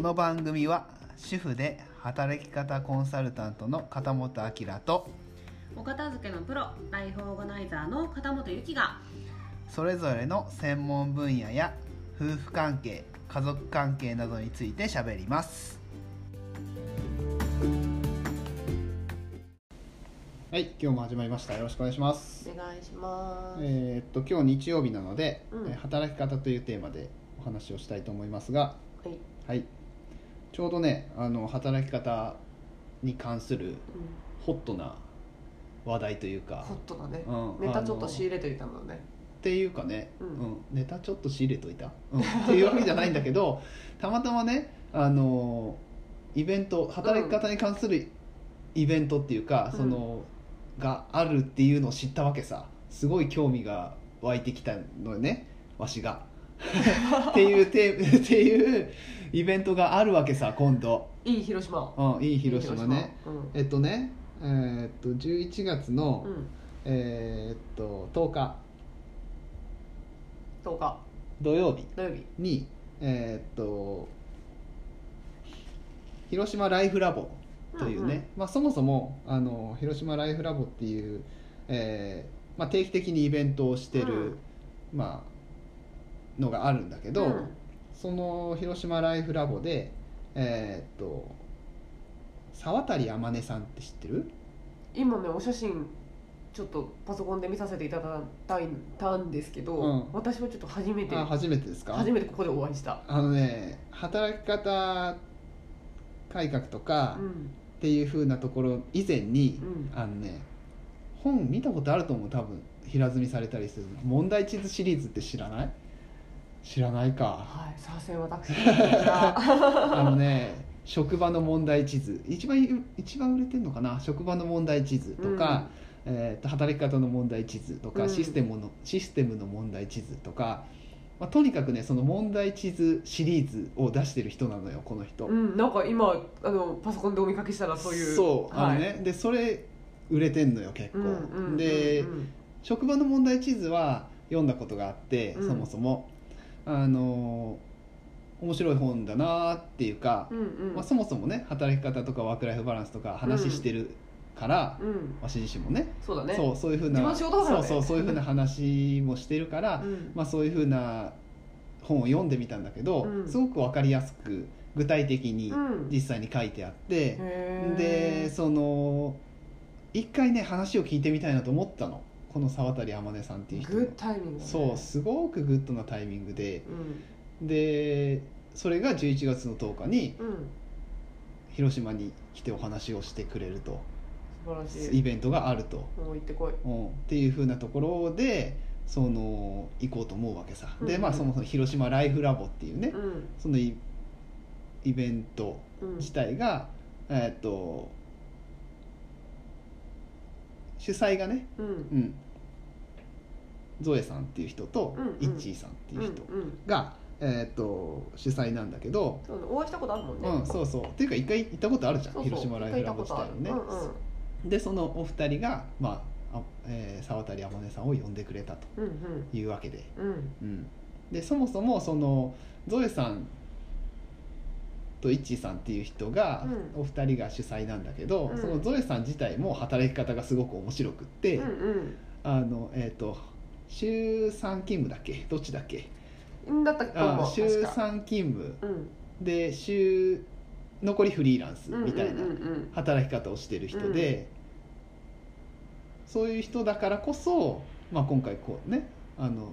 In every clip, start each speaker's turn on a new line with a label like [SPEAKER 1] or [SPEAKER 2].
[SPEAKER 1] の番組は主婦で働き方コンサルタントの片本明と
[SPEAKER 2] お片付けのプロライフオーガナイザーの片本由紀が
[SPEAKER 1] それぞれの専門分野や夫婦関係家族関係などについてしゃべりますはい今日も始まりましたよろしくお願いします
[SPEAKER 2] お願いします
[SPEAKER 1] えーっと今日日曜日なので、
[SPEAKER 2] うん
[SPEAKER 1] えー働き方というテーマでお話をしたいと思いますが
[SPEAKER 2] はい、
[SPEAKER 1] はいちょうどねあの働き方に関する
[SPEAKER 2] う
[SPEAKER 1] ホットな話題というか
[SPEAKER 2] ん、ホットだね、
[SPEAKER 1] うん
[SPEAKER 2] ネタちょっと仕
[SPEAKER 1] あの
[SPEAKER 2] 入れといたのね
[SPEAKER 1] っていうかね、
[SPEAKER 2] うん
[SPEAKER 1] ネタちょっと仕入れといた、うんっていうわけじゃないんだけ どたまたまねあのイベント働き方に関するイベントっていうか、
[SPEAKER 2] うん
[SPEAKER 1] そのがあるっていうのを知ったわけさすごい興味が湧いてきたのよねわし が。っていうてっていうイベントがあるわけさ今度、
[SPEAKER 2] いい広島
[SPEAKER 1] うん、いい広島ね
[SPEAKER 2] いい広
[SPEAKER 1] えっとねえーっと11月の、
[SPEAKER 2] 島うん、うん、
[SPEAKER 1] えーっと10日
[SPEAKER 2] 10日
[SPEAKER 1] 土曜日
[SPEAKER 2] 土曜日
[SPEAKER 1] に、えーっと広島ライフラボというね、
[SPEAKER 2] うんうん
[SPEAKER 1] まあ、そもそもあの広島ライフラボっていう、えーまあ、定期的にイベントをしてる、
[SPEAKER 2] うん
[SPEAKER 1] まあ、のがあるんだけど、
[SPEAKER 2] うん
[SPEAKER 1] その広島ライフラボで、えーっと沢渡天音さんって知ってる
[SPEAKER 2] 今ねお写真ちょっとパソコンで見させていただいたんですけど、
[SPEAKER 1] うん
[SPEAKER 2] 私はちょっと初めて
[SPEAKER 1] あ初めてですか
[SPEAKER 2] 初めてここでお会いした、
[SPEAKER 1] あのね働き方改革とか
[SPEAKER 2] う、ん
[SPEAKER 1] っていう風なところ以前に
[SPEAKER 2] う、ん、
[SPEAKER 1] あのね本見たことあると思う多分平積みされたりする問題地図シリーズって知らない知らないか
[SPEAKER 2] はい左遷 私が
[SPEAKER 1] あのね 職場の問題地図一番一番売れてるのかな職場の問題地図とか、えーと働き方の問題地図とか、
[SPEAKER 2] うん
[SPEAKER 1] システムのシステムの問題地図とか、まあ、とにかくねその問題地図シリーズを出してる人なのよこの人。
[SPEAKER 2] うん、なんか今あのパソコンでお見かけしたらそういう
[SPEAKER 1] そうあ
[SPEAKER 2] は
[SPEAKER 1] の
[SPEAKER 2] い、
[SPEAKER 1] ね、でそれ売れてんのよ結構、
[SPEAKER 2] うんうんうんうん、
[SPEAKER 1] で職場の問題地図は読んだことがあって、
[SPEAKER 2] うん
[SPEAKER 1] そもそもあの面白い本だなっていうか、
[SPEAKER 2] うんうん
[SPEAKER 1] まあ、そもそもね働き方とかワークライフバランスとか話してるから、
[SPEAKER 2] うん、
[SPEAKER 1] 私自身もね
[SPEAKER 2] そうだね
[SPEAKER 1] そうそういうふうな
[SPEAKER 2] 自分の仕事だからね
[SPEAKER 1] そうそうそういうふうな話もしてるから、
[SPEAKER 2] うん
[SPEAKER 1] まあ、そういうふうな本を読んでみたんだけど、
[SPEAKER 2] うん
[SPEAKER 1] すごく分かりやすく具体的に
[SPEAKER 2] うん
[SPEAKER 1] 実際に書いてあって、
[SPEAKER 2] へー
[SPEAKER 1] でその一回ね話を聞いてみたいなと思ったのこの沢渡天音さんっていう人の
[SPEAKER 2] グッタイミングだね
[SPEAKER 1] そうすごくグッドなタイミングで
[SPEAKER 2] うん
[SPEAKER 1] でそれが11月の10日に
[SPEAKER 2] うん
[SPEAKER 1] 広島に来てお話をしてくれると
[SPEAKER 2] 素晴らし
[SPEAKER 1] イ
[SPEAKER 2] い
[SPEAKER 1] ベントがあると、
[SPEAKER 2] もう行ってこい
[SPEAKER 1] うん、っていうふうなところでその行こうと思うわけさ
[SPEAKER 2] うんう
[SPEAKER 1] で
[SPEAKER 2] ん
[SPEAKER 1] まあそもそも広島ライフラボっていうね
[SPEAKER 2] うん
[SPEAKER 1] そのイイベント
[SPEAKER 2] うん
[SPEAKER 1] 自体が、えーっと主催がね
[SPEAKER 2] うん
[SPEAKER 1] うん、ゾエさんっていう人と、
[SPEAKER 2] うんうん
[SPEAKER 1] イッチーさんっていう人
[SPEAKER 2] うんうん
[SPEAKER 1] が、えー、と主催なんだけど、
[SPEAKER 2] そうねお会いしたことあるもんね、
[SPEAKER 1] うん、そうそうっていうか一回行ったことあるじゃん
[SPEAKER 2] そうそう
[SPEAKER 1] 広島ライフラボ自体のね、
[SPEAKER 2] 行ったことある
[SPEAKER 1] でそのお二人が、まああえー、沢渡天音さんを呼んでくれたと
[SPEAKER 2] うんうん
[SPEAKER 1] いうわけで、
[SPEAKER 2] うんうん
[SPEAKER 1] うん、でそもそもそのゾエさんとイッチーさんっていう人が、
[SPEAKER 2] う
[SPEAKER 1] お二人が主催なんだけど、
[SPEAKER 2] うん
[SPEAKER 1] そのゾエさん自体も働き方がすごく面白くって、
[SPEAKER 2] うんうん
[SPEAKER 1] あのえっ、と週3勤務だっけどっちだっけ
[SPEAKER 2] うんだったっけ
[SPEAKER 1] あ週
[SPEAKER 2] 確か
[SPEAKER 1] 3勤務
[SPEAKER 2] うん
[SPEAKER 1] で週残りフリーランスみたいな
[SPEAKER 2] うんうんうん
[SPEAKER 1] 働き方をしてる人で、そういう人だからこそ、まあ、今回こうねあの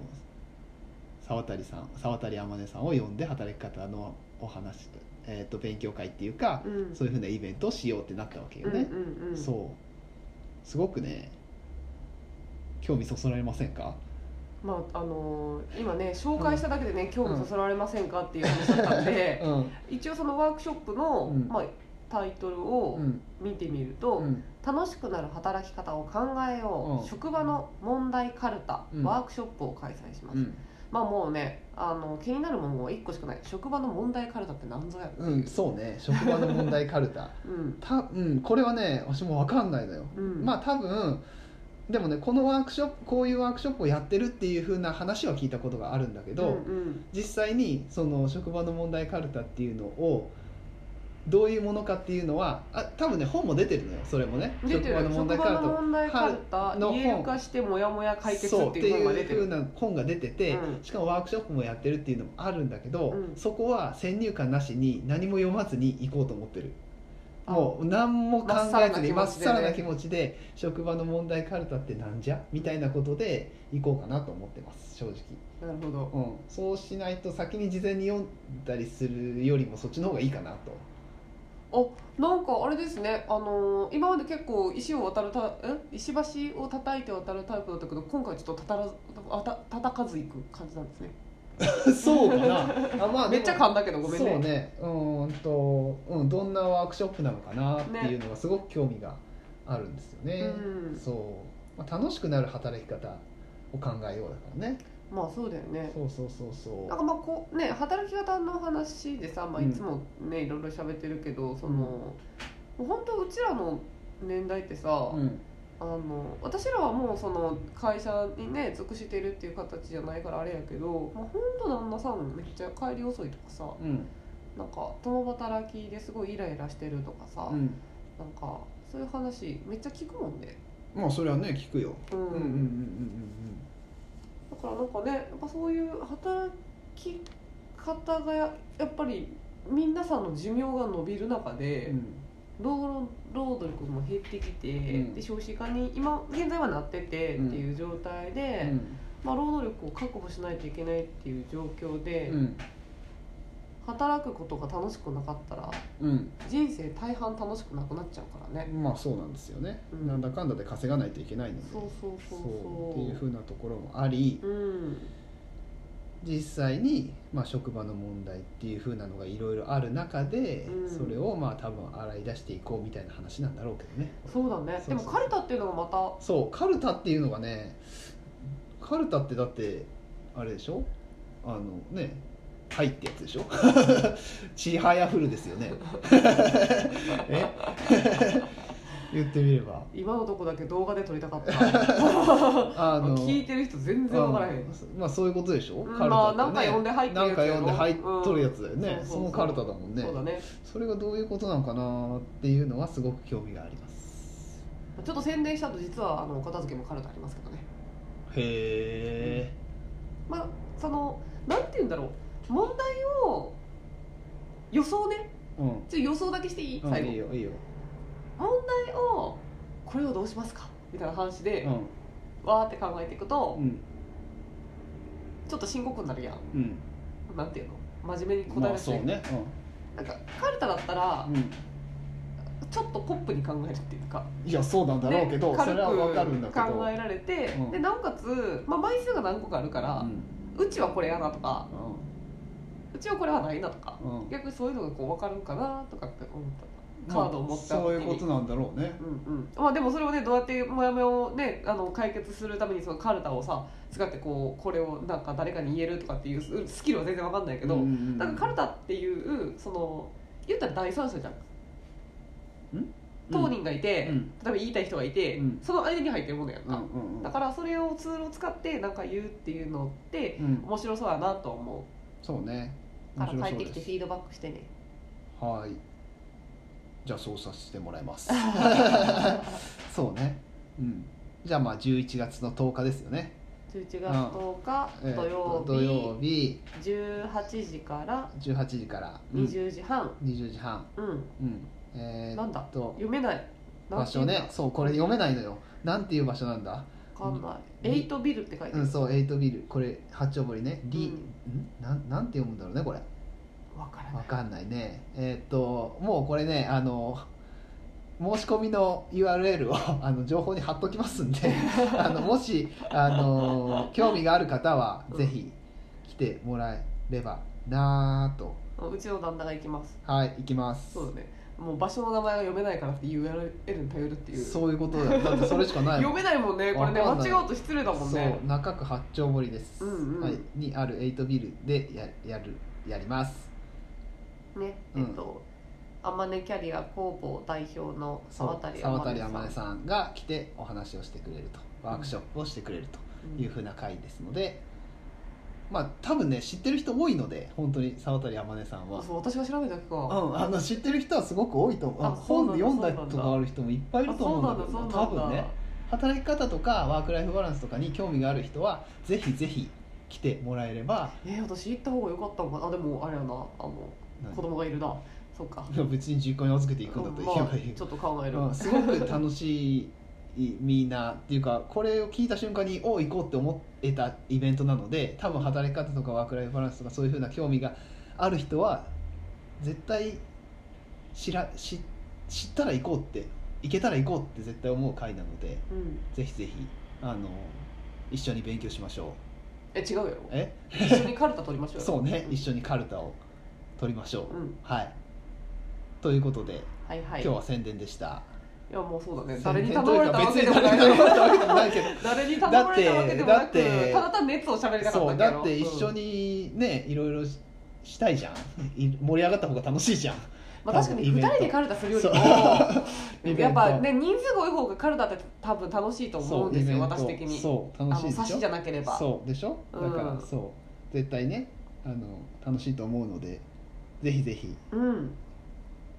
[SPEAKER 1] 沢渡さん沢渡天音さんを呼んで働き方のお話、えー、と勉強会っていうか、
[SPEAKER 2] うんうん
[SPEAKER 1] そういうふうなイベントをしようってなったわけよね。
[SPEAKER 2] うんうんうん、
[SPEAKER 1] そうすごくね興味そそられませんか
[SPEAKER 2] まああのー今ね紹介しただけでね、興味そそられませんかっていう話だったんで、
[SPEAKER 1] うん
[SPEAKER 2] 一応そのワークショップの、
[SPEAKER 1] うん
[SPEAKER 2] まあ、タイトルを
[SPEAKER 1] うん
[SPEAKER 2] 見てみると、
[SPEAKER 1] うん
[SPEAKER 2] 楽しくなる働き方を考えよう、
[SPEAKER 1] うん
[SPEAKER 2] 職場の問題カルタ、
[SPEAKER 1] うん
[SPEAKER 2] ワークショップを開催しま
[SPEAKER 1] う
[SPEAKER 2] す、
[SPEAKER 1] ん
[SPEAKER 2] まあもうねあの気になるものも1個しかない職場の問題カルタって何ぞやろ
[SPEAKER 1] うんそうね職場の問題カルタ
[SPEAKER 2] うん
[SPEAKER 1] た、うん、これはね私も分かんないのよ、
[SPEAKER 2] うん
[SPEAKER 1] まあ多分でもねこのワークショップこういうワークショップをやってるっていう風な話は聞いたことがあるんだけど、
[SPEAKER 2] うん
[SPEAKER 1] 実際にその職場の問題カルタっていうのをどういうものかっていうのはあ多分ね本も出てるのよそれもね
[SPEAKER 2] 出てる職場の問題カルタ
[SPEAKER 1] の
[SPEAKER 2] 言える化してモヤモヤ解決
[SPEAKER 1] そう
[SPEAKER 2] っ
[SPEAKER 1] ってて
[SPEAKER 2] いう本が
[SPEAKER 1] い
[SPEAKER 2] 出
[SPEAKER 1] う
[SPEAKER 2] て
[SPEAKER 1] ふう
[SPEAKER 2] る
[SPEAKER 1] な本が出てて、
[SPEAKER 2] うん
[SPEAKER 1] しかもワークショップもやってるっていうのもあるんだけど、
[SPEAKER 2] うん
[SPEAKER 1] そこは先入観なしに何も読まずに行こうと思ってる
[SPEAKER 2] あ
[SPEAKER 1] もう何も考えずにま
[SPEAKER 2] ま
[SPEAKER 1] っ
[SPEAKER 2] っ
[SPEAKER 1] さ
[SPEAKER 2] さ
[SPEAKER 1] ら
[SPEAKER 2] ら
[SPEAKER 1] な
[SPEAKER 2] な
[SPEAKER 1] 気
[SPEAKER 2] 気
[SPEAKER 1] 持ちで職場の問題カルタってなんじゃみたいなことで行こうかなと思ってます正直、
[SPEAKER 2] なるほど
[SPEAKER 1] うん、そうしないと先に事前に読んだりするよりもそっちの方がいいかな と
[SPEAKER 2] あなんかあれですねあのー今まで結構石を渡るたえ石橋を叩いて渡るタイプだったけど今回ちょっとたたらずあた叩かずいく感じなんですね
[SPEAKER 1] そうかなあ、まあ、
[SPEAKER 2] めっちゃ
[SPEAKER 1] か
[SPEAKER 2] 噛んだけどごめんね
[SPEAKER 1] そうねうーんと、うん、どんなワークショップなのかなっていうのがすごく興味があるんですよね
[SPEAKER 2] うん
[SPEAKER 1] そう、まあ、楽しくなる働き方を考えようだからね
[SPEAKER 2] まあそうだよね
[SPEAKER 1] そうそうそうそう
[SPEAKER 2] なんかまあこうね働き方の話でさ、まあ、
[SPEAKER 1] うん
[SPEAKER 2] いつもね、いろいろ喋ってるけどその、もう本当うちらの年代ってさ、
[SPEAKER 1] うん
[SPEAKER 2] あの私らはもうその会社にね属してるっていう形じゃないからあれやけど、まあ、ほんと旦那さんめっちゃ帰り遅いとかさ
[SPEAKER 1] うん
[SPEAKER 2] なんか共働きですごいイライラしてるとかさ、
[SPEAKER 1] うん
[SPEAKER 2] なんかそういう話めっちゃ聞くもんね。
[SPEAKER 1] まあそれはね聞くよ
[SPEAKER 2] うん
[SPEAKER 1] うんうんうんうん
[SPEAKER 2] だからなんかねやっぱそういう働き方がやっぱり皆さんの寿命が伸びる中
[SPEAKER 1] うんう
[SPEAKER 2] で、
[SPEAKER 1] ん
[SPEAKER 2] 労労働力も減ってきて、
[SPEAKER 1] ん
[SPEAKER 2] で少子化に今現在はなっててって
[SPEAKER 1] うん
[SPEAKER 2] いう状態で、
[SPEAKER 1] うん
[SPEAKER 2] まあ、労働力を確保しないといけないっていう状況で、
[SPEAKER 1] うん
[SPEAKER 2] 働くことが楽しくなかったら
[SPEAKER 1] うん
[SPEAKER 2] 人生大半楽しくなくなっちゃうからね。
[SPEAKER 1] まあそうなんですよね、
[SPEAKER 2] うん
[SPEAKER 1] なんだかんだで稼がないといけないので
[SPEAKER 2] そうそうそうそう。
[SPEAKER 1] っていうふうなところもあり、
[SPEAKER 2] うん
[SPEAKER 1] 実際に、まあ、職場の問題っていう風なのがいろいろある中で、
[SPEAKER 2] うん
[SPEAKER 1] それをまあ多分洗い出していこうみたいな話なんだろうけどね
[SPEAKER 2] そうだ
[SPEAKER 1] そ
[SPEAKER 2] ね
[SPEAKER 1] うそう
[SPEAKER 2] でもカルタっていうのがまた
[SPEAKER 1] そうカルタっていうのがねカルタってだってあれでしょあのねはいってやつでしょ ちはやふるですよね え 言ってみれば
[SPEAKER 2] 今のとこだけ動画で撮りたかった
[SPEAKER 1] あ
[SPEAKER 2] 聞いてる人全然わからへん
[SPEAKER 1] うんまあそういうことでしょ、
[SPEAKER 2] うん
[SPEAKER 1] カル
[SPEAKER 2] ま
[SPEAKER 1] タ
[SPEAKER 2] あ
[SPEAKER 1] ってね
[SPEAKER 2] なんか読んで入って
[SPEAKER 1] なんか読んで入っとるやつだよね、
[SPEAKER 2] うん
[SPEAKER 1] そのカルタだもんね
[SPEAKER 2] そうだね
[SPEAKER 1] それがどういうことなのかなっていうのはすごく興味があります
[SPEAKER 2] ちょっと宣伝したと実はあのお片付けもカルタありますけどね
[SPEAKER 1] へ
[SPEAKER 2] まあそのなんて言うんだろう問題を予想ね
[SPEAKER 1] えうん
[SPEAKER 2] ちょっと予想だけしていい
[SPEAKER 1] うん
[SPEAKER 2] 最後
[SPEAKER 1] いいよいいよ、
[SPEAKER 2] 問題をこれをどうしますかみたいな話で、
[SPEAKER 1] うん
[SPEAKER 2] わーって考えていくと、
[SPEAKER 1] うん
[SPEAKER 2] ちょっと深刻になるや
[SPEAKER 1] うん
[SPEAKER 2] んなんていうの真面目に答え
[SPEAKER 1] ま
[SPEAKER 2] な
[SPEAKER 1] あ
[SPEAKER 2] くて、
[SPEAKER 1] そうね
[SPEAKER 2] なんかカルタだったら
[SPEAKER 1] う、ん、うん、
[SPEAKER 2] ちょっとポップに考えるっていうか
[SPEAKER 1] いやそうなんだろうけどそ
[SPEAKER 2] で
[SPEAKER 1] れはわかるんだけど
[SPEAKER 2] 軽く考えられて、
[SPEAKER 1] うん
[SPEAKER 2] でなおかつ、まあ、枚数が何個かあるから、
[SPEAKER 1] う
[SPEAKER 2] うんちはこれやなとかうちはこれはないなとか
[SPEAKER 1] うんうん
[SPEAKER 2] 逆にそういうのがこう分かるかなとかって思った
[SPEAKER 1] まあ
[SPEAKER 2] カードを持った時に
[SPEAKER 1] そういうことなんだろうね
[SPEAKER 2] うんうんまあ、でもそれをねどうやってモヤモヤをねあの解決するためにそのカルタをさ使ってこうこれをなんか誰かに言えるとかっていうスキルは全然分かんないけど、
[SPEAKER 1] うんうんうん
[SPEAKER 2] なんかカルタっていうその言ったら第三者じゃん
[SPEAKER 1] うん
[SPEAKER 2] 当人がいて、
[SPEAKER 1] うん
[SPEAKER 2] 例えば言いたい人がいて、
[SPEAKER 1] うん
[SPEAKER 2] その間に入ってるものやん
[SPEAKER 1] うん
[SPEAKER 2] か、
[SPEAKER 1] うんうん
[SPEAKER 2] だからそれをツールを使ってなんか言うっていうのって
[SPEAKER 1] うん
[SPEAKER 2] 面白そうだなと思
[SPEAKER 1] そうね
[SPEAKER 2] うから
[SPEAKER 1] 面
[SPEAKER 2] 帰っ
[SPEAKER 1] 白
[SPEAKER 2] て
[SPEAKER 1] そうで
[SPEAKER 2] きてフ
[SPEAKER 1] す
[SPEAKER 2] ィードバックしてね
[SPEAKER 1] はいじゃあそうさせてもらい ますそうねうんじゃあまあ11月の10日ですよね、
[SPEAKER 2] 11月10日
[SPEAKER 1] えー
[SPEAKER 2] 土曜日,、
[SPEAKER 1] 土曜日
[SPEAKER 2] 18時から
[SPEAKER 1] 18時から、うん
[SPEAKER 2] 20時半、
[SPEAKER 1] 20時半
[SPEAKER 2] うん
[SPEAKER 1] うんえー、
[SPEAKER 2] なんだ
[SPEAKER 1] と
[SPEAKER 2] 読めない
[SPEAKER 1] 場所ねそうこれ読めないのよなんていう場所なんだ
[SPEAKER 2] 分かんない
[SPEAKER 1] うん
[SPEAKER 2] エイトビルって書いて
[SPEAKER 1] う
[SPEAKER 2] あ
[SPEAKER 1] ん
[SPEAKER 2] る、
[SPEAKER 1] そうエイトビルこれ八丁堀ねリ、んなんなんて読むんだろうねこれ
[SPEAKER 2] わからな
[SPEAKER 1] わ
[SPEAKER 2] い
[SPEAKER 1] かんないねえーっともうこれねあの申し込みの URL をあ の情報に貼っときますん であのもしあの興味がある方は
[SPEAKER 2] うん
[SPEAKER 1] ぜひ来てもらえればなぁと
[SPEAKER 2] うちの旦那が行きます
[SPEAKER 1] はい行きます
[SPEAKER 2] そうだねもう場所の名前が読めないからって URL に頼るっていう
[SPEAKER 1] そういうことだよだってそれしか ないも
[SPEAKER 2] 読
[SPEAKER 1] ん
[SPEAKER 2] めないもんねこれね
[SPEAKER 1] わかん
[SPEAKER 2] 間
[SPEAKER 1] ない
[SPEAKER 2] 違うと失礼だもんね
[SPEAKER 1] そう中区八丁堀です、
[SPEAKER 2] うんうん
[SPEAKER 1] はい、にあるエイトビルでややるやります
[SPEAKER 2] ね
[SPEAKER 1] う
[SPEAKER 2] え
[SPEAKER 1] ん
[SPEAKER 2] っと、あまねキャリア工房代表の
[SPEAKER 1] そう
[SPEAKER 2] 沢渡
[SPEAKER 1] 沢
[SPEAKER 2] 天
[SPEAKER 1] 渡
[SPEAKER 2] 音
[SPEAKER 1] 天音さんが来てお話をしてくれるとワークショップをしてくれると
[SPEAKER 2] うん
[SPEAKER 1] いうふうな会ですので、まあ多分ね知ってる人多いので本当に沢渡天音さんは
[SPEAKER 2] あそう私が調べただけか
[SPEAKER 1] うん、あの知ってる人はすごく多いと思う
[SPEAKER 2] あ
[SPEAKER 1] あ本で
[SPEAKER 2] そう
[SPEAKER 1] 読
[SPEAKER 2] なん
[SPEAKER 1] ん
[SPEAKER 2] だ
[SPEAKER 1] だとかある人もいっぱいいる
[SPEAKER 2] あ
[SPEAKER 1] と
[SPEAKER 2] そう
[SPEAKER 1] 思うん
[SPEAKER 2] な
[SPEAKER 1] んだ
[SPEAKER 2] だ
[SPEAKER 1] け
[SPEAKER 2] そう
[SPEAKER 1] ど
[SPEAKER 2] なんだ
[SPEAKER 1] 多分ね働き方とかワークライフバランスとかに興味がある人はぜひぜひ来てもらえれば
[SPEAKER 2] えー、私行った方が良かったのかなあでもあれやなあの子供がいるなそっか
[SPEAKER 1] 別に実家に預けていくんだと
[SPEAKER 2] うん
[SPEAKER 1] 言
[SPEAKER 2] ま
[SPEAKER 1] えば
[SPEAKER 2] あ
[SPEAKER 1] いい、
[SPEAKER 2] ちょっと考える、
[SPEAKER 1] うんすごく楽しいみんなっていうかこれを聞いた瞬間にお行こうって思えたイベントなので多分働き方とかワークライフバランスとかそういうふうな興味がある人は絶対知ら知知ったら行こうって行けたら行こうって絶対思う回なので
[SPEAKER 2] うん、
[SPEAKER 1] ぜひぜひあの一緒に勉強しましょ
[SPEAKER 2] え違うやろ
[SPEAKER 1] うえ
[SPEAKER 2] 一緒にカルタ取りましょうよ
[SPEAKER 1] そうね
[SPEAKER 2] うん
[SPEAKER 1] 一緒にカルタを取りましょう、
[SPEAKER 2] うん
[SPEAKER 1] はいということで、
[SPEAKER 2] はいはい
[SPEAKER 1] 今日は宣伝でした
[SPEAKER 2] いやもうそうだね誰
[SPEAKER 1] 宣
[SPEAKER 2] に
[SPEAKER 1] 伝
[SPEAKER 2] 頼
[SPEAKER 1] という
[SPEAKER 2] まれ
[SPEAKER 1] か
[SPEAKER 2] たわ
[SPEAKER 1] 別
[SPEAKER 2] け
[SPEAKER 1] に
[SPEAKER 2] でもな
[SPEAKER 1] 誰
[SPEAKER 2] い
[SPEAKER 1] に頼まれたわけでもないけど
[SPEAKER 2] 誰に頼まれたわけでもな
[SPEAKER 1] だっ
[SPEAKER 2] く
[SPEAKER 1] て
[SPEAKER 2] ただ単に熱を喋りたかっ
[SPEAKER 1] そ
[SPEAKER 2] た
[SPEAKER 1] うん
[SPEAKER 2] だやろ
[SPEAKER 1] だって一緒
[SPEAKER 2] うん
[SPEAKER 1] にねいろいろししたいじゃんい盛り上がった方が楽しいじゃん
[SPEAKER 2] まあ、確かに
[SPEAKER 1] イベン
[SPEAKER 2] 2
[SPEAKER 1] ト
[SPEAKER 2] 人でカルタする よりも
[SPEAKER 1] そうイベント
[SPEAKER 2] やっぱね人数が多い方がカルタって多分楽しいと思うんです
[SPEAKER 1] イ
[SPEAKER 2] よ
[SPEAKER 1] ベント
[SPEAKER 2] 私的に
[SPEAKER 1] そう楽
[SPEAKER 2] あ
[SPEAKER 1] しい
[SPEAKER 2] の
[SPEAKER 1] で
[SPEAKER 2] 差し
[SPEAKER 1] し
[SPEAKER 2] じ
[SPEAKER 1] ょ
[SPEAKER 2] ゃなければ
[SPEAKER 1] そうでしょだから、
[SPEAKER 2] うん
[SPEAKER 1] そう絶対ねあの楽しいと思うのでぜひぜひ
[SPEAKER 2] うん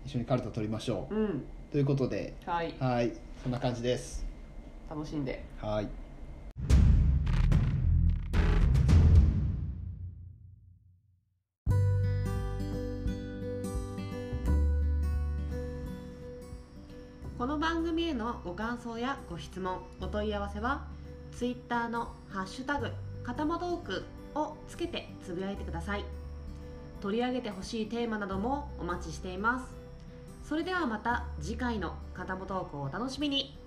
[SPEAKER 1] 一緒にカルタ取りましょう、
[SPEAKER 2] うん
[SPEAKER 1] ということで
[SPEAKER 2] はい
[SPEAKER 1] はいそんな感じです
[SPEAKER 2] 楽しんで
[SPEAKER 1] はい
[SPEAKER 3] この番組へのご感想やご質問お問い合わせは Twitter の「ハッシュタグかたもトーク」をつけてつぶやいてください取り上げてほしいテーマなどもお待ちしていますそれではまた次回の「かたもトーク」をお楽しみに